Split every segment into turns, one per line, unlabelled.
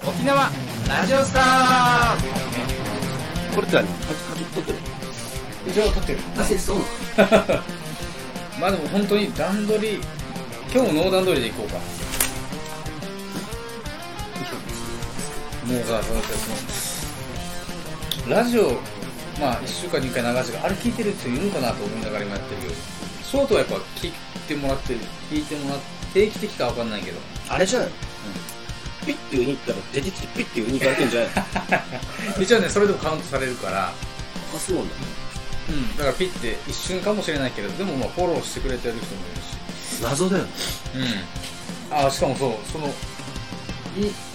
沖縄ラジオスター
これって何かき取ってる
一応撮ってる。
そう
まあでも本当に段取り今日の段取りでいこうかもうさそのそのラジオまあ1週間に1回流すがあれ聞いてる人いるのかなと思いながら今やってるけどショートはやっぱ聞いてもらってる聞いてもらって定期的かわかんないけど
あれじゃない、ピッてウニ行ったら出てきてピッてウニ行かれてん じゃない
一応ねそれでもカウントされるから
あそうなんだ
うんだからピッて一瞬かもしれないけどでもまあフォローしてくれてる人もいるし
謎だよね
うん、あしかもそうそのい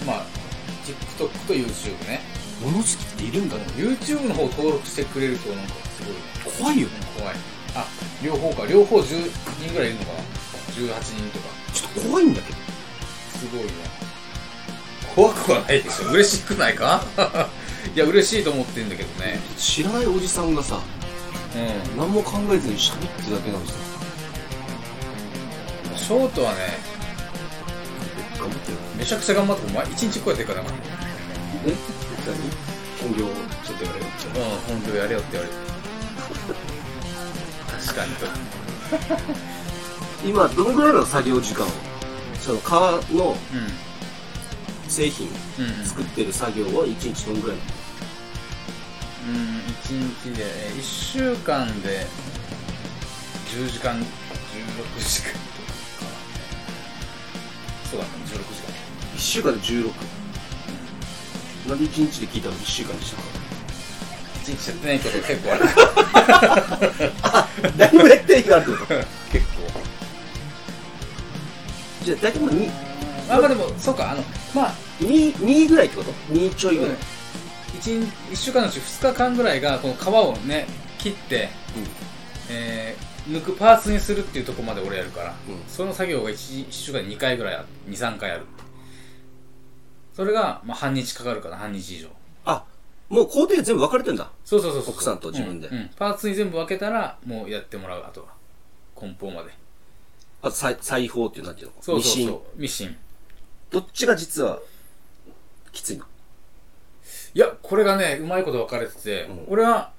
まあ TikTok と YouTube ね
物好きっているんだね
YouTube の方登録してくれるとなんかすごい
怖いよね
うん怖いあ両方か両方10人ぐらいいるのかな18人とか
ちょっと怖いんだけど
すごいね怖くはないで しょ嬉しくないかいや嬉しいと思ってんだけどね
知らないおじさんがさ
う
何も考えずに喋ってるだけなのさ
んショートはね
頑張ってよ
めちゃくちゃ頑張ってお前1日こうやってるからな
え何本業ちょっとやれよ
うん、本当やれよって言われて。確かにと。
今どのぐらいなの作業時間をその革の
う
製品
ん。うん。
作ってる作業は1日どのぐらいなの
うん、1日で、え1週間で、10時間、16時間とかな。そうだね、16時間。
1週間で16なんで1日で聞いたの1週間でした
1日やってないこと結構ある。
何もやってないからってこと
結
じゃあ大体まあ 2,
構。まあまあでも、そうか、あの、まあ、
2, 2ぐらいってこと ?2 ちょいぐらい、
1, 1週間のうち2日間ぐらいがこの皮をね切って、
うん
えー抜くパーツにするっていうところまで俺やるから、
うん
その作業が 1, 週間に2回ぐらい23回あるそれが、まあ、半日かかるかな半日以上
あもう工程全部分かれてんだ
そうそうそうそう
奥さんと自分で
うんうんパーツに全部分けたらもうやってもらうあとは梱包まで
あと裁裁縫っていうなんていうの
そうそう
ミシン
そうミシン
どっちが実はきついの
いやこれがねうまいこと分かれてて、
うん
俺は、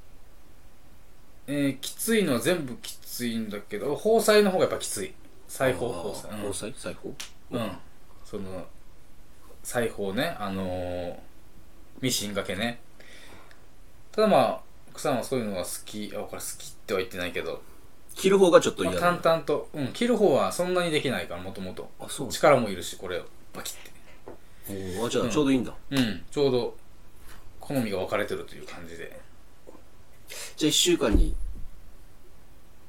えーきついのは全部きついんだけど包裁の方がやっぱきつい裁縫包裁
あー
うん
縫裁裁縫
うん、その裁縫ねあのーミシン掛けねただまあ奥さんはそういうのが好きあこれ好きっては言ってないけど、
切る方がちょっと
まあ
嫌だ、
淡々と、うん、切る方はそんなにできないからもともと
あそうなんだ
力もいるしこれをバキって
おーあじゃあちょうどいいんだ、
うんちょうど好みが分かれてるという感じで
じゃあ1週間に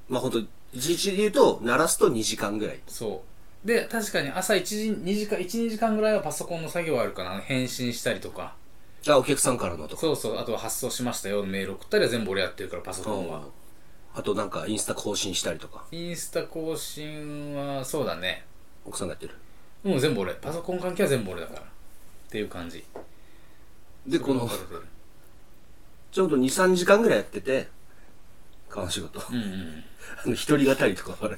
まあほんと1日で言うと鳴らすと2時間ぐらい
そうで確かに朝1時2時間12時間ぐらいはパソコンの作業あるかな返信したりとか
あお客さんからのとか
そうそうあとは発送しましたよメール送ったりは全部俺やってるからパソコンは
あとなんかインスタ更新したりとか
インスタ更新はそうだね
奥さんがやってる
もう全部俺パソコン関係は全部俺だからっていう感じ
でこの
う
ちょうど23時間ぐらいやってて川の仕事
んうん
あの一人語りとかあれ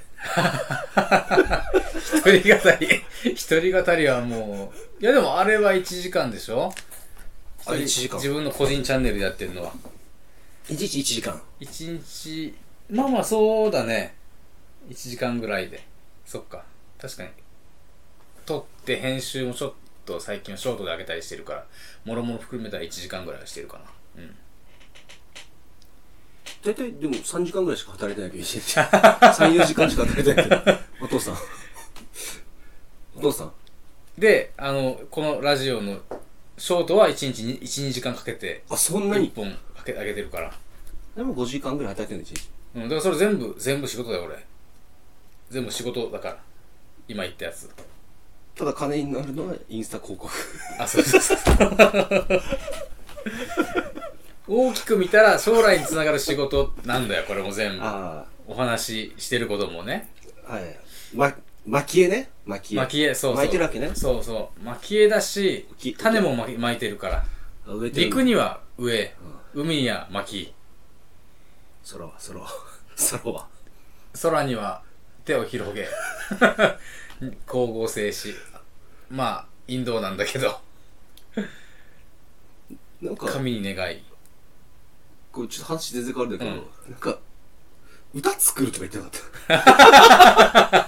一人語り一人語りはもういやでもあれは1時間でしょ
あれ1時間
自分の個人チャンネルでやってるのは
1日1時間
1日まあまあそうだね1時間ぐらいでそっか確かに撮って編集もちょっと最近はショートで上げたりしてるからもろもろ含めたら1時間ぐらいはしてるかなうん
大体でも3時間ぐらいしか働いてないけど1日34 時間しか働いてないけどお父さんお父さん
であのこのラジオのショートは1日に12時間かけて
あそんなに
1本かけ上げてるから、
でも5時間ぐらい働いてるの1日
うん、だからそれ全部全部仕事だよ俺全部仕事だから今言ったやつ
ただ金になるのはインスタ広告
あ、そうそう そう。大きく見たら将来につながる仕事なんだよ、これも全部。
あ
お話ししてることもね。
あはいま蒔絵ね蒔絵
蒔絵、そうそう。
巻いてるわけね
そうそう。蒔絵だし
き、
種も巻巻いてるから。
植えてる
陸には上、海には巻
空は空は空は
き、空には手を 広げ、光合成し。まあ、インドなんだけど。
なんか、
神に願い。
これちょっと話全然変わるんだけど、
う
なんか、歌作るとか言ってなかった。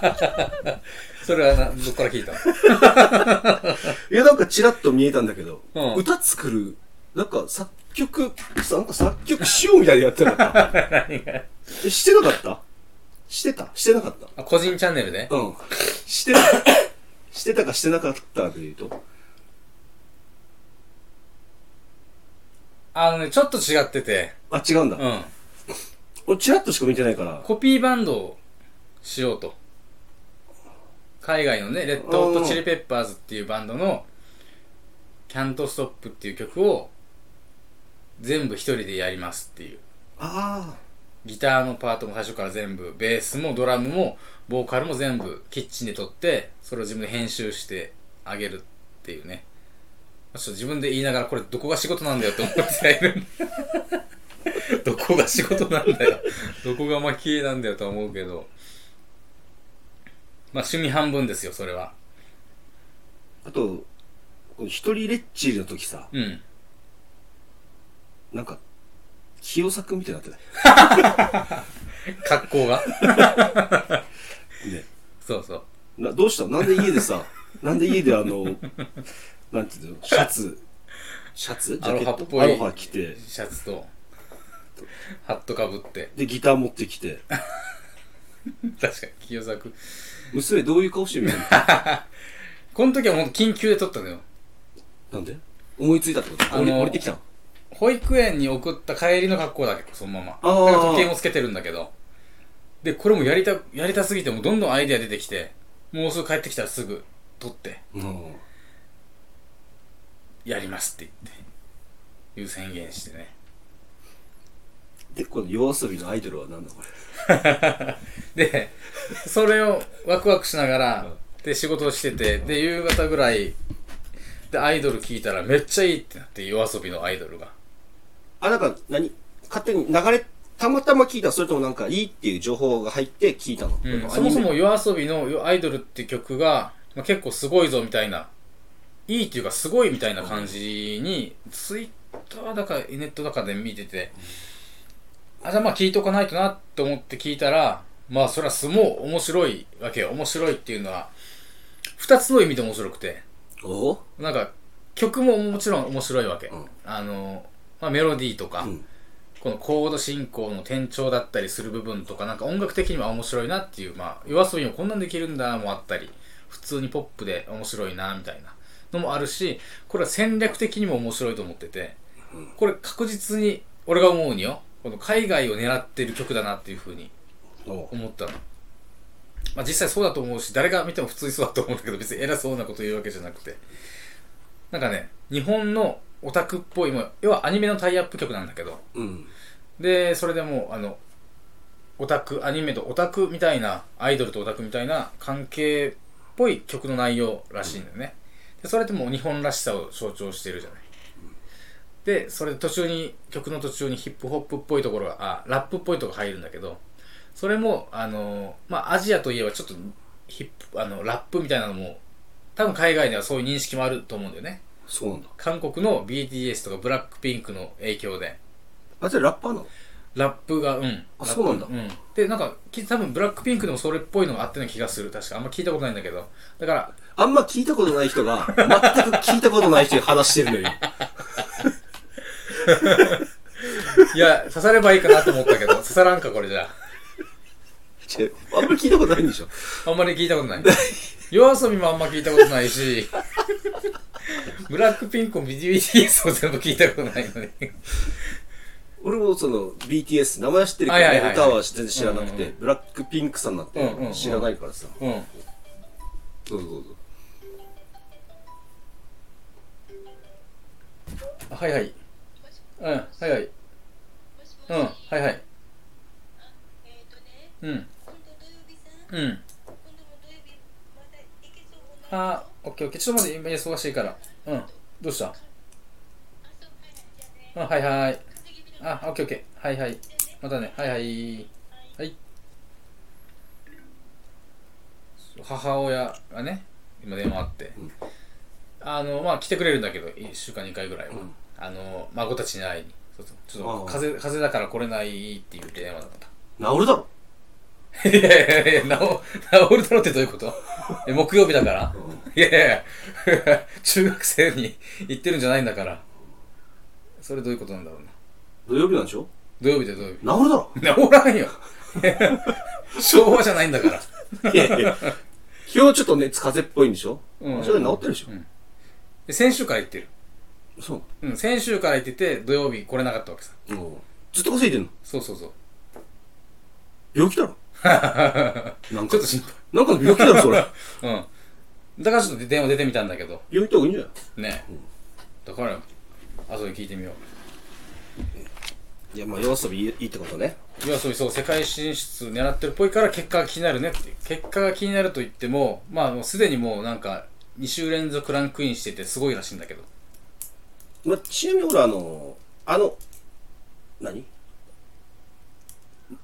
それはな、どっから聞いたの
いや、なんかチラッと見えたんだけど、
うん
歌作る、なんか作曲、さなんか作曲しようみたいでやってなかった。
何が
えしてなかったしてたしてなかった
あ個人チャンネルで
うん。してな、 してたかしてなかったで言うと。
あのね、ちょっと違ってて、
あ、違うんだ。
うん。
俺チラッとしか見てないから。
コピーバンドをしようと。海外のね、レッドホットチリペッパーズっていうバンドの、Can't Stop っていう曲を、全部一人でやりますっていう。
あ
ギターのパートも最初から全部、ベースもドラムも、ボーカルも全部、キッチンで撮って、それを自分で編集してあげるっていうね。ちょっと自分で言いながら、これどこが仕事なんだよって思っては いるんだどこが仕事なんだよ。どこがまあ綺麗なんだよとは思うけど。まあ趣味半分ですよ、それは。
あ。あと、この一人レッチリの時さ、
うん。
なんか、清作みたいになってな
格好が。
い。 ね。
そうそう。
な、どうしたのなんで家で さ、なんで家であの、なんていうの、シャツ、シャツジャ
アロ
ケ
ハ
ッ
っ
ト
ぽい
アロハ着て、
シャツと、ハットかぶって。
で、ギター持ってきて、
確かに、清作。
娘どういう顔してみるの
この時はもう緊急で撮ったのよ。
なんで思いついたってこと
あの
降り降りてきたの
保育園に送った帰りの格好だけど、そのまま。
あー
だから時計もつけてるんだけど。で、これもやりた、やりたすぎて、もうどんどんアイデア出てきて、もうすぐ帰ってきたらすぐ撮って、
うん。
やりますって言って、いう宣言してね。
で、この夜遊びのアイドルは何だこれ。
で、それをワクワクしながら、で、仕事をしてて、で、夕方ぐらい、で、アイドル聞いたらめっちゃいいってなって、夜遊びのアイドルが。
あ、なんか、何勝手に流れ、たまたま聞いたそれともなんかいいっていう情報が入って聞いたの、
うん
このア
そ
ニメ
もそも夜遊びのよアイドルって曲が、まあ、結構すごいぞみたいな、いいっていうかすごいみたいな感じに、ツイッターだかネットだかで見てて、あ、じゃあまあ聞いとかないとなって思って聞いたら、まあそれはすもう面白いわけよ。面白いっていうのは、二つの意味で面白くて、
お
なんか曲ももちろん面白いわけ。
うん
あの、まあメロディーとか、
うん。
このコード進行の転調だったりする部分とか、なんか音楽的には面白いなっていう、まあ、夜遊びもこんなんできるんだもあったり、普通にポップで面白いな、みたいなのもあるし、これは戦略的にも面白いと思ってて、これ確実に、俺が思うによ、この海外を狙ってる曲だなっていうふうに
お
思ったの。まあ実際そうだと思うし、誰が見ても普通にそうだと思うんだけど、別に偉そうなこと言うわけじゃなくて。なんかね、日本のオタクっぽい、もう要はアニメのタイアップ曲なんだけど、
うん。
でそれでもうあのオタクアニメとオタクみたいなアイドルとオタクみたいな関係っぽい曲の内容らしいんだよね、でそれってもう日本らしさを象徴してるじゃないでそれで途中に曲の途中にヒップホップっぽいところがあラップっぽいところが入るんだけどそれもあのまあアジアといえばちょっとヒップあのラップみたいなのも多分海外ではそういう認識もあると思うんだよね
そうなんだ。
韓国の BTS とかブラックピンクの影響で
あ、じゃあラッパーなの
ラップが、うん。
あそうなんだ
うん。で、なんか、き多分ブラックピンクでもそれっぽいのがあっての気がする。確か。あんま聞いたことないんだけど。だから、
あんま聞いたことない人が、全く聞いたことない人に話してるのよ。
いや、刺さればいいかなと思った けど、刺さらんか、これじゃ
違うあんま聞いたことないんでしょ。
あ。あんまり聞いたことない。夜遊びもあんま聞いたことないし、ブラックピンクも BTS も全部聞いたことないのに。
俺もその BTS 名前は知ってるけどね、
はいはいはい
歌は全然知らなく
うん
て、
うん
ブラックピンクさんなん
うんうんう
て
ん
知らないからさ。
うん。
どうぞどうぞ。
あはいはい。うん、はいはい。
もし
うん、
もし、
はいはい。
えっ、とね、
うん、
今度土曜日さん、
うん。
今度も土曜日、また行けそうもない。
あー、オッケーオッケー。ちょっと待って、今忙しいから。うん。どうした
あ、そうかいな、じゃあね、
うん、はいはい。
風邪気味の
あ、オッケーオッケー。はいはい。またね。はいはい。はい。母親がね、今電話あって、
うん
あの、まあ、来てくれるんだけど、1週間2回ぐらいは。
うん
あの、孫たちに会いに。そうそうちょっと
ああ
風邪、風邪だから来れないっていう電話だった。
治るだろ。
いやいやいや、治治るだろってどういうことえ木曜日だからいやいやいや、中学生に言ってるんじゃないんだから。それどういうことなんだろうな。
土曜日なんでしょ
土曜日で土曜日
治。るだろ。
治らんよ。昭和じゃないんだから。
いやいや。今日ちょっと熱風邪っぽいんでしょ
うん
それ治ってるでしょ
うんで先週から言ってる。
そう。
うん、先週から言ってて、土曜日来れなかったわけさ。
うんずっと稼いでんの
そうそうそう。
病気 だろ。なん
ちょ
か
っと、心
なんかの病気だろ、それ。
配。うん。だからちょっと電話出てみたんだけど、
病気行った方がいいんじゃない
ね。だから、後で聞いてみよう。
いや、まあ、夜遊びいいいいってことね。
要はそうそう世界進出狙ってるっぽいから結果が気になるねっていう結果が気になると言ってもまあもうすでにもうなんか2週連続ランクインしててすごいらしいんだけど
まあ、ちなみに俺あの、あの、何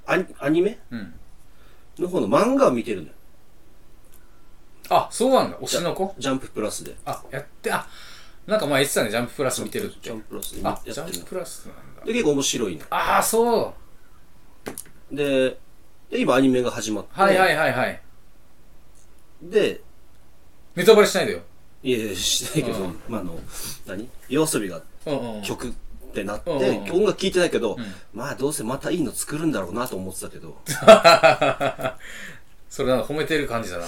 アニアニメ
うん
の方の漫画を見てるんだよ。
あそうなんだ推しの子
ジャンププラスで。
あやってあなんか前言ってたねジャンププラス見てるっ
ジ
て
ャンププラスでやっ
あ
て
ジ
るの
ャンププラスなんだ
で、結構面白いの。
ああそう
で、で、今アニメが始まって。
はいはいはいはい
で、
ネタバレしないでよ
いやいや、してないけど、
うん
まあ、あの、何夜遊びが
うんうんうん
曲ってなって、
うんうんうん
音楽聴いてないけど、
ん
まあ、どうせまたいいの作るんだろうなと思ってたけど。
それなんか褒めてる感じだな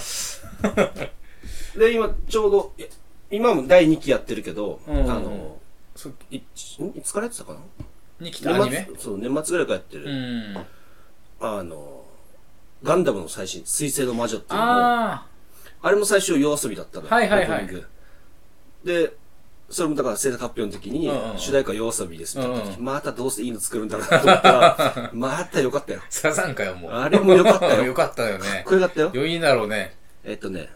で、今、ちょうど、いや今も第2期やってるけど、
うんうんうん
あの、
そ
いんいつからやってたかな
に来たアニ
年
メ
末そう年末ぐらいからやって
う
る、
ん
あのガンダムの最新「水星の魔女」っていうのもあ
あ
れも最初夜遊びだったの
はいはいはい
オープニングでそれもだから制作発表の時に、
うんうん
主題歌夜遊びですみたいな時、
うんうん
またどうせいいの作るんだろうなと思った らまたよかったよ
あささんかよもう
あれもよかったよ
よかったよ
かっ
ね
こよかったよ
余韻だろうね
えっとね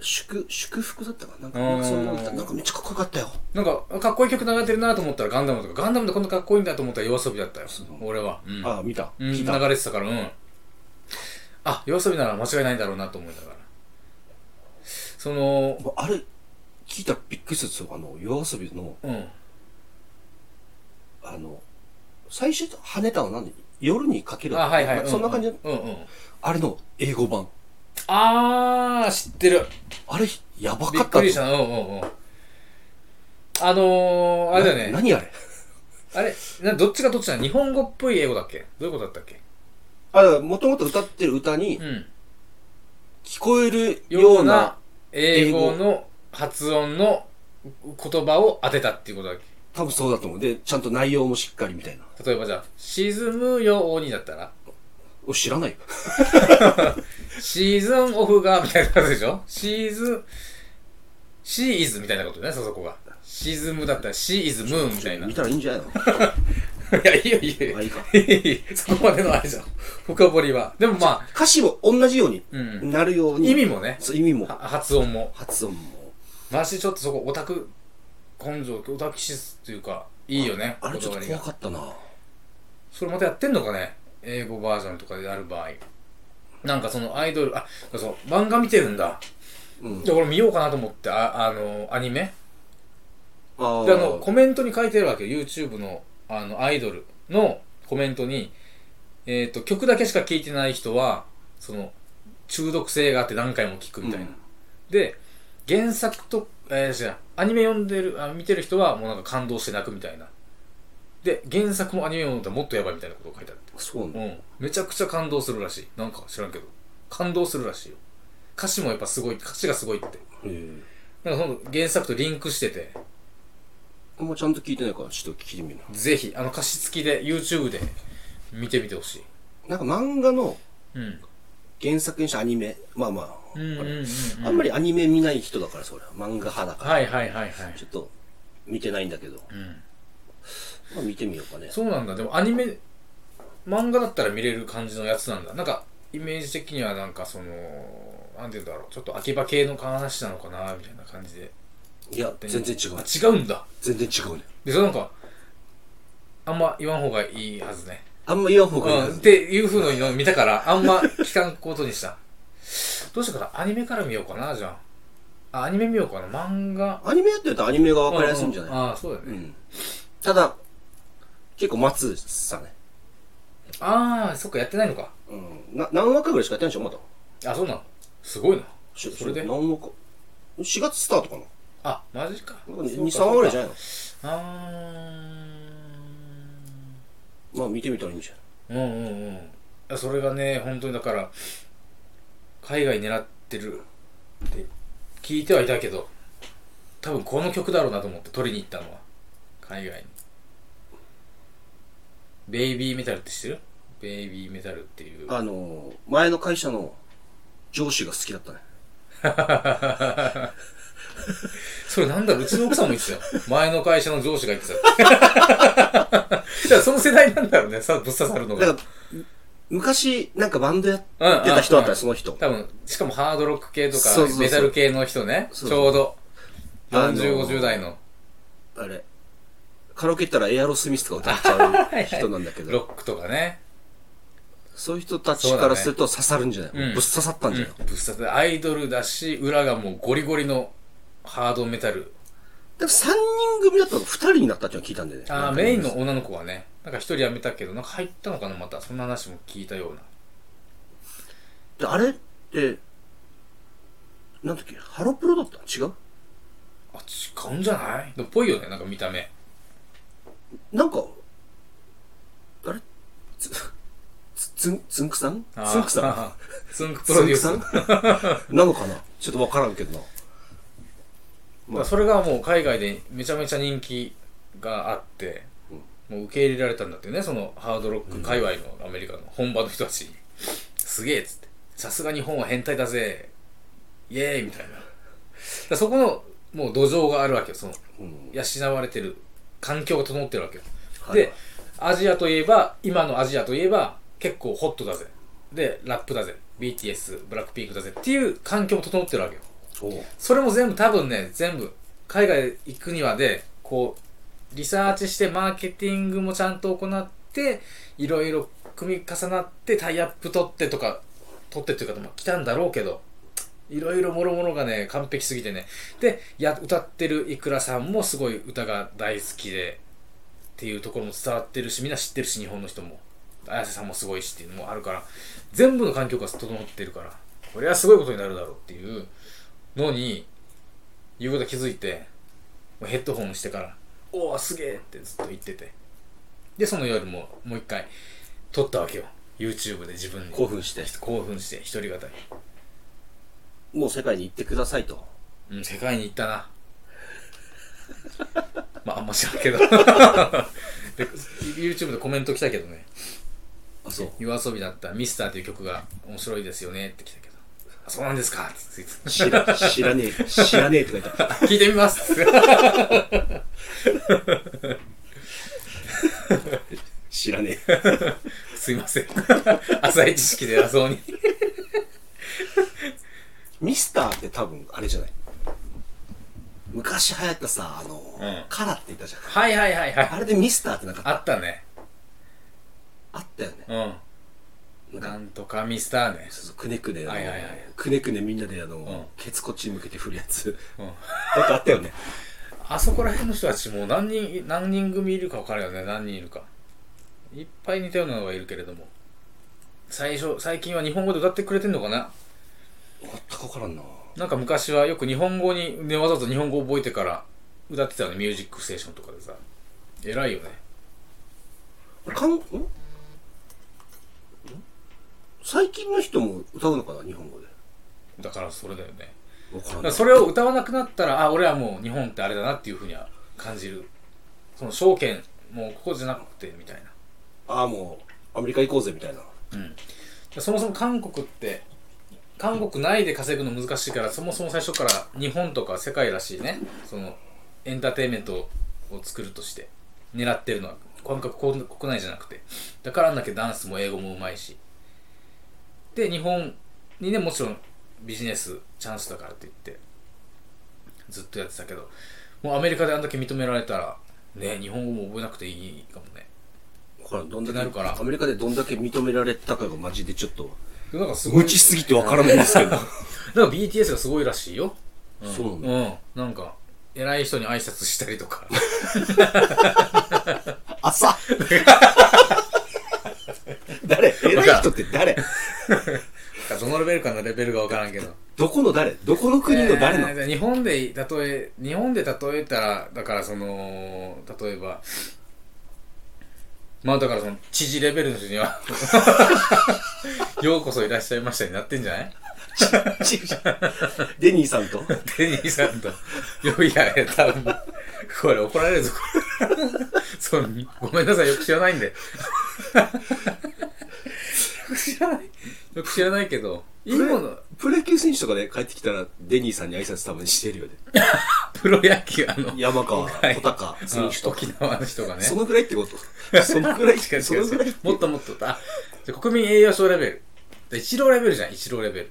祝祝福だったかななんか
うん
なんかそんなのだったなんかめっちゃかっこよかったよ
なんか、かっこいい曲流れてるなと思ったらガンダムとか、ガンダムでこんなかっこいいんだと思ったら夜遊びだったよ。俺は。うん。
ああ見た、
うん、
聞い
流
た
れてたから、うん。あ、夜遊びなら間違いないんだろうなと思いながら。その、
あれ聞いたらびっくりするんですよあの夜遊びの
うん。
あの、最初、跳ねたの何夜にかける
あ、はいはい。
そんな感じ、
うんうんうん。
あれの英語版。
あー、知ってる。
あれ、やば
び
か
っ
った
く
の
りしたな。うんうんうん。あのー、あれだよ
な
ね。
何あれ
あれな、どっちがどっちなの日本語っぽい英語だっけどういうことだったっけ
あ、もともと歌ってる歌に
う、ん。
聞こえるよ
よ
う
うな
な、
英語の発音の言葉を当てたっていうことだっけ
多分そうだと思う。で、ちゃんと内容もしっかりみたいな。
例えばじゃあ、沈むようにだったら、
お知らないよ。
シーズンオフが、みたいなことでしょシーズン、シーイズみたいなことね、そそこが。シズムだったら、シーイズムーンみたいな。い
見たらいいんじゃな いの
や、いいよいいよ
まあいいか。
いい そこまでのあれじゃん。深掘りは。でもまあ、
歌詞も同じように
うん。
なるように。
意味もね、
そう、意味も。
は発音も。
発音も。
私ちょっとそこ、オタク根性、オタクシスっていうか、いいよね。
あれちょっ
ことだわりが
怖かったな。
それまたやってんのかね英語バージョンとかでやる場合。なんかそのアイドル、あ、そう、漫画見てるんだ。
うん
じ。ゃあこれ見ようかなと思って、あ、あの、アニメ
あー
で、あの、コメントに書いてあるわけよ。YouTube の、あの、アイドルのコメントに、えっ、と、曲だけしか聴いてない人は、その、中毒性があって何回も聴くみたいな。
うん
で、原作と、えー、違う、アニメ読んでる、あ見てる人はもうなんか感動して泣くみたいな。で、原作もアニメ読んだらもっとやばいみたいなことが書いてあって。
そう
う
ね。
ん。めちゃくちゃ感動するらしい。なんか知らんけど。感動するらしいよ。歌詞もやっぱすごい、歌詞がすごいって。
へ
なんかその原作とリンクしてて、
え。もうちゃんと聞いてないから、ちょっと聞いてみるな。
ぜひ、あの歌詞付きで、YouTube で見てみてほしい。
なんか漫画の
うん。
原作にしたアニメ、まあまあ、
うんうんうん、うん。
あんまりアニメ見ない人だから、それは漫画派だから、
はいはいはいはい
ち。ょっと見てないんだけど、
うん。
まあ見てみようかね。
そうなんだ。でもアニメ、漫画だったら見れる感じのやつなんだ。なんか、イメージ的にはなんかその、なんて言うんだろう。ちょっと秋葉系の話なのかな、みたいな感じで。
いや、全然違う。
あ、違うんだ。
全然違うね。
で、それなんか、あんま言わん方がいいはずね。
あんま言わん方がいいは
うん、っ
ず。
ていうふうのを見たから、あんま聞かんことにした。どうしようかな、アニメから見ようかな、じゃあ。あ、アニメ見ようかな。漫画。
アニメやってるとアニメが分かりやすいんじゃない
ああ、そうだよ
う
ね。
ん。ただ、結構待つさね。
ああ、そっか、やってないのか。
うん。な、何話かぐらいしかやってないんでしょ、まだ。
あ、そうなの。すごいな。
し
それで
何話か。4月スタートかな。
あ、マジか。
2、3話ぐらいじゃ
ん。
ないの
あ
まあ見てみたらいいんじゃない
ー。うんうんうんいや。それがね、本当にだから、海外狙ってるって聞いてはいたけど、多分この曲だろうなと思って取りに行ったのは。海外に。ベイビーメタルって知ってるベイビーメタルっていう。
あのー、前の会社の上司が好きだったね。
それなんだろう、うちの奥さんも言ってたよ。 前の会社の上司が言ってた。だからその世代なんだろうね、さぶっ刺さるの
だ
が。
から、昔、なんかバンドやって
うんうん
た人だった
うん
ね、その人。
多分、しかもハードロック系とか
そうそうそ、う
メタル系の人ね、
そう
ちょうど。
あの
40、50代の。
あれ。カラオケ行ったらエアロスミスとか歌っちゃう人なんだけど、
ロックとかね。
そういう人たちからすると刺さるんじゃない、
うん
ぶっ刺さったんじゃない、
ぶっ刺さるアイドルだし、裏がもうゴリゴリのハードメタル。
でも3人組だったの2人になったっていうのは聞いたんだよね。
あーメインの女の子はね、なんか一人辞めたけど、なんか入ったのかな、また。そんな話も聞いたような。
であれって、なんだっけ、ハロプロだった違う
あ、違うんじゃないでもぽいよね、なんか見た目。
なんか、あれつ、つ、つん、つんくさん
あー
つんくさ
つんく
ん
プロデュース。
つんくさ んなのかなちょっとわからんけどな。
まあ、それがもう海外でめちゃめちゃ人気があって、もう受け入れられたんだってねそのハードロック界隈のアメリカの本場の人たちに「すげえ」っつって「さすが日本は変態だぜイエーイ」みたいなだからそこのもう土壌があるわけよその
うん
養われてる環境が整ってるわけよ、
はい
でアジアといえば今のアジアといえば結構ホットだぜでラップだぜ BTS ブラックピンクだぜっていう環境も整ってるわけよ
おう
それも全部多分ね、全部、海外行くにはで、こう、リサーチして、マーケティングもちゃんと行って、いろいろ組み重なって、タイアップ取ってとか、取ってっていうか、まあ、来たんだろうけど、いろいろもろもろがね、完璧すぎてね。で、や、歌ってるいくらさんもすごい歌が大好きで、っていうところも伝わってるし、みんな知ってるし、日本の人も。綾瀬さんもすごいしっていうのもあるから、全部の環境が整ってるから、これはすごいことになるだろうっていうのに、夕方気づいて、もうヘッドホンしてから、おお、すげえってずっと言ってて。で、その夜も、もう一回、撮ったわけよ。YouTube で自分で。
興奮して。
興奮して、一人語り。
もう世界に行ってくださいと。
うん、世界に行ったな。 まあ、あんま知らんけど。 で YouTube でコメント来たけどね。
あ、そう。
夜遊びだったミスターという曲が面白いですよねって来たけど。あそうなんですかってついつい
知ら、知らねえ、知らねえって書いてある。
聞いてみます って
知らねえ。
すいません。 浅い知識で偉そうに。
ミスターって多分、あれじゃない昔流行ったさ、あの、
ん
カラっていたじゃん。
はいはいはいはい。
あれでミスターってなんか
あったね。
あったよね。
う
なん
ん。な
か、
んとかミスターね。
そうそうくねくね、あの
はいはいはい
くねくねみんなであの、
ん
ケツこっちに向けて振るやつ。
うん。
なんかあったよね。
あそこら辺の人たちもう何人、何人組いるか分かるよね。何人いるか。いっぱい似たようなのがいるけれども。最初、最近は日本語で歌ってくれてんのかな
全くわからんな。
なんか昔はよく日本語に、ね、わざわざ日本語覚えてから歌ってたよね。ミュージックステーションとかでさ。偉いよね。
かん、んん最近の人も歌うのかな日本語で。
だからそれだよね。
わか
だ
ら
か
な
ら
い。
それを歌わなくなったら、あ、俺はもう日本ってあれだなっていうふうには感じる。その証券、もうここじゃなくて、みたいな。
ああ、もう、アメリカ行こうぜみたいな。
そもそも韓国って韓国内で稼ぐの難しいからそもそも最初から日本とか世界らしいねそのエンターテインメントを作るとして狙ってるのは韓国国国内じゃなくてだからあんだけダンスも英語もうまいしで日本にねもちろんビジネスチャンスだからって言ってずっとやってたけどもうアメリカであんだけ認められたらね日本語も覚えなくていいかもね
わからん。どんだ
ってなる
け、
から
アメリカでどんだけ認められたかがマジでちょっと、
なんかすごい
無知すぎてわからないんですけど。
なんか BTS がすごいらしいよ。ん
そうなんだ
うん。なんか、偉い人に挨拶したりとか。
朝 誰偉い人って誰
なんかどのレベルかのレベルがわからんけど。
どこの誰どこの国の誰なの、
えー日本で例え、日本で例えたら、だからその、例えば、まあだからその、知事レベルの人には、ようこそいらっしゃいましたになってんじゃない
ちデニーさんと
デニーさんと。よ、いやいや、多分、これ怒られるぞ、これ。そう、ごめんなさい、よく知らないんで。よく知らない。よく知らないけど、いいもの、
プロ野球選手とかで帰ってきたらデニーさんに挨拶多分してるよね
プロ野球、あの、
山川
はい
小高選手とか
沖縄の人がね。
そのぐらいってことそのぐらい
違う違う
そのぐらいって
もっともっと。あ、じゃあ国民栄養賞レベル。で一郎レベルじゃん、一郎レベル。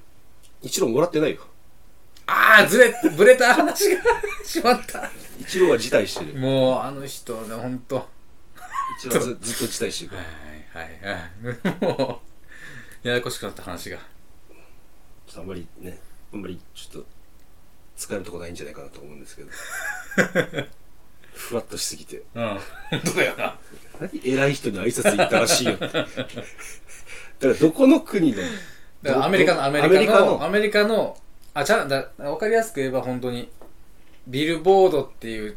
一郎もらってないよ
あー、ずれ、ぶれた話がしまった。
一郎は辞退してる
もう、あの人ね、ほんと。
一郎はず ずっと辞退してるから
はいはいはい。もう、ややこしくなった話
ちょ
が。
っとあんまりねあんまりちょっと使えるとこないんじゃないかなと思うんです けどふわっとしすぎて
うん。本当だよな。
何偉い人に挨拶行ったらしいよってだからどこの国の
だからアメリカの、
ど
アメリカの、アメリカの、あ、ちゃん、だ、わかりやすく言えば本当に、ビルボードっていう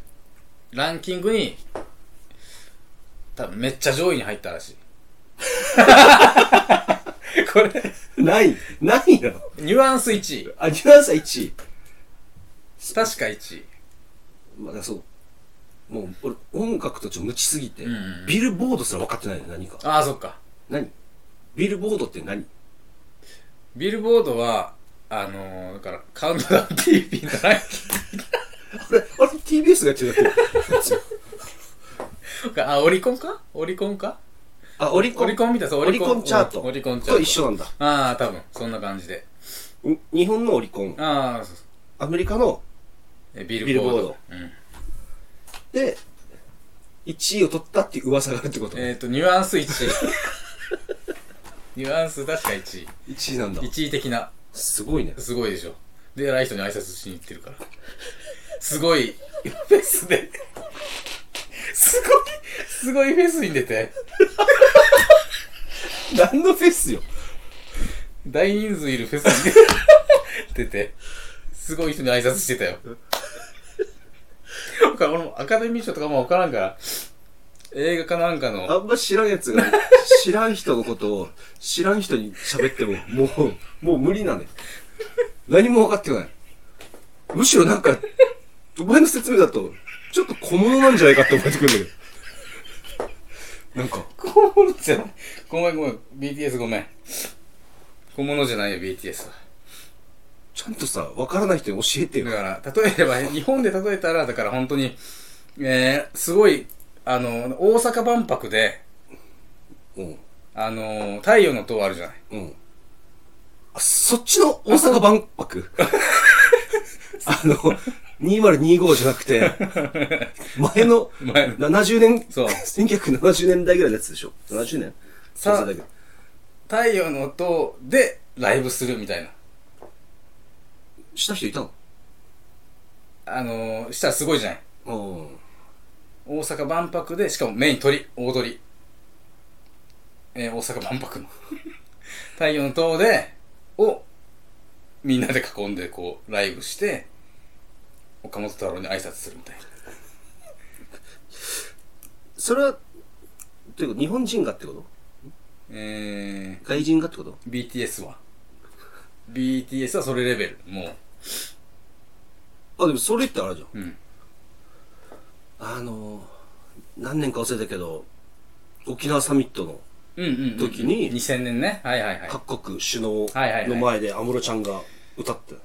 ランキングに、多分めっちゃ上位に入ったらし い。これ、
ないないの
ニュアンス1位。
あニュアンスは1位
確か1位。
まだそうもう俺音楽とちょっと無知すぎて、
うんうん
ビルボードすら分かってないの何か
ああ、そっか。
何ビルボードって何
ビルボードは、あのー、だから、カウントダウン TV のランキ
あれあれ TBS がやってるだけ
ング。あ、オリコンかオリコンか
あオリコン
オリコンみたいな、
オリコンチャート
オリコンチャート。
と一緒なんだ
ああ、多分、そんな感じで。
に日本のオリコン
ああ、そうそう
アメリカの
えビルボード。うん
で1位を取ったっていう噂があるってこと、
えっ、と、ニュアンス1位。ニュアンス確か1位。
1位なんだ
1位的な。
すごいね
すごいでしょ。で、偉い人に挨拶しに行ってるから。すごい、フェスで。すごい、すごいフェスに出て。
何のフェスよ
大人数いるフェスに出て出て。すごい人に挨拶してたよ。僕は俺もアカデミー賞とかもわからんから、映画かなんかの
あんま知らんやつが知らん人のことを知らん人に喋ってももうもう無理なのよ何も分かってないむしろなんかお前の説明だとちょっと小物なんじゃないかって思えてくるんだけどなんか
小物じゃない。ごめんごめん。BTS ごめん。小物じゃないよ、BTS は。
ちゃんとさ分からない人に教えてよ
だから、例えれば、日本で例えたら、だから本当に、えー、すごい、あの、大阪万博で、
うん
あの、太陽の塔あるじゃない。
うんあそっちの大阪万 博あの2025じゃなくて前の
前の
70年
そう
1970年代ぐらいのやつでしょ70年
さ
70年代ぐらい
太陽の塔でライブするみたいな。
した人いたの
あの、したらすごいじゃない。
うん
大阪万博で、しかもメイン鳥、大鳥。えー、大阪万博の。 太陽の塔で、を、みんなで囲んで、こう、ライブして、岡本太郎に挨拶するみたいな。
それはというか日本人がってこと
え
外人がってこと
ー、BTS は。BTS はそれレベル。も
あでもそれってあれじゃん
う。うん。
あのー何年か忘れたけど沖縄サミットの
うんうんうん、うん。
時に
2000年ね。はいはいはい。あ
各国首脳
はいはいはい
の前で安室ちゃんが歌って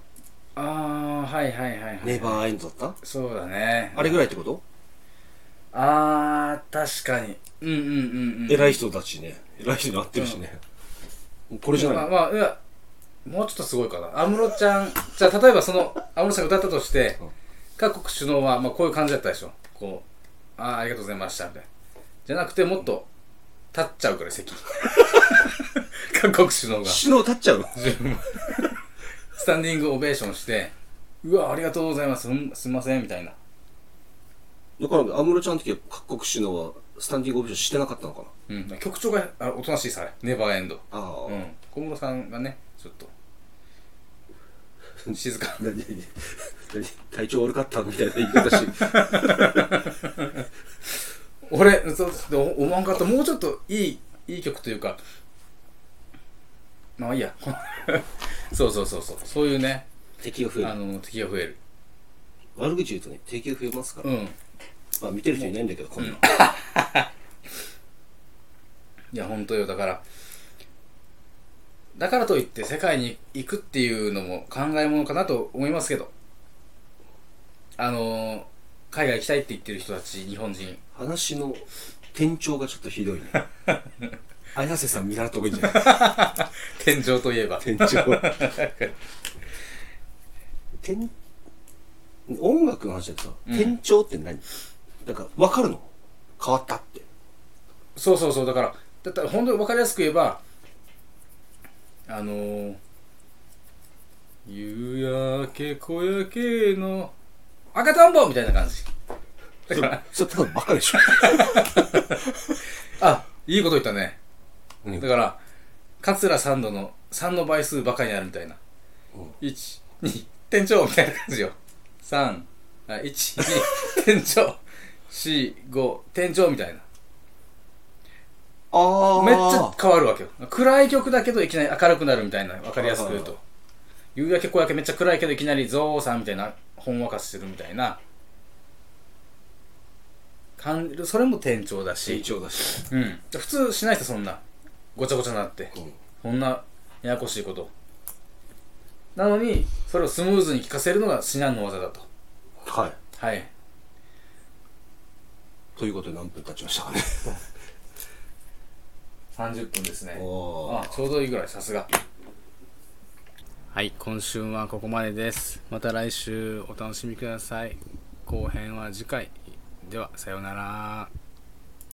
あー、はいはいはい、はい。
「ネイバーアインド」だった
そうだね。
あれぐらいってこと
あー、確かに。うんうんうんうん。
偉い人だしね偉い人になってるしねもうこれじゃな
まあ
い
まあ、いや、もうちょっとすごいかな。安室ちゃん、じゃあ例えばその、 安室ちゃんが歌ったとして
うん、
各国首脳は、まあこういう感じだったでしょ。こう、ああ、ありがとうございました、みたいな。じゃなくて、もっと、立っちゃうから、席。 各国首脳が。
首脳立っちゃうの
スタンディングオベーションして、うわ、ありがとうございます。うんすんません、みたいな。
だから、安室ちゃんの時は各国首脳はスタンディングオベーションしてなかったのかな
うん。曲調が、あおとなしいさ、あれ。ネバーエンド。
ああ、
うん。小室さんがね、ちょっと、静か。
何何何体調悪かったみたいな言い方し
俺、そう、でお思わんかった。もうちょっといい、いい曲というか、まあいいや。 そうそうそうそう。そういうね、
敵が増え
あ
る
の、敵が増える。
悪口言うとね敵が増えますから、
うん。
まあ見てる人いないんだけどこんなの、
いや、本当よ。だから、だからといって世界に行くっていうのも考えものかなと思いますけど、あのー海外行きたいって言ってる人たち、日本人。
話の転調がちょっとひどいね 綾瀬さん見習った方がいいんじゃ
天井といえば。
ない転調転音楽の話だけどさ
うん
転調って何、だから分かるの変わったって
そうそうそう。だから、だったら本当に分かりやすく言えば、あのー夕焼け小焼けの赤とんぼみたいな感じ。だから、
それただのバカで しょ
あ、いいこと言ったね。
うん
だから、桂三度の3の倍数ばかりになるみたいな
うん。
1、2、天井みたいな感じよ。3、あ1、2、天井。4、5、天井みたいな。
ああ
めっちゃ変わるわけよ。暗い曲だけどいきなり明るくなるみたいな。わかりやすく言うと。夕焼け小焼けめっちゃ暗いけどいきなりゾウさんみたいな、ほんわかしてるみたいな。感じるそれも転調だし
転。調だし、
うん。普通しない人そんな。ごちゃごちゃになって。
うん
そんなややこしいことなのにそれをスムーズに聞かせるのが至難の技だと
はい
はい
ということで何分経ちましたかね
30分ですね
お
あちょうどいいぐらいさすがはい今週はここまでですまた来週お楽しみください後編は次回ではさようなら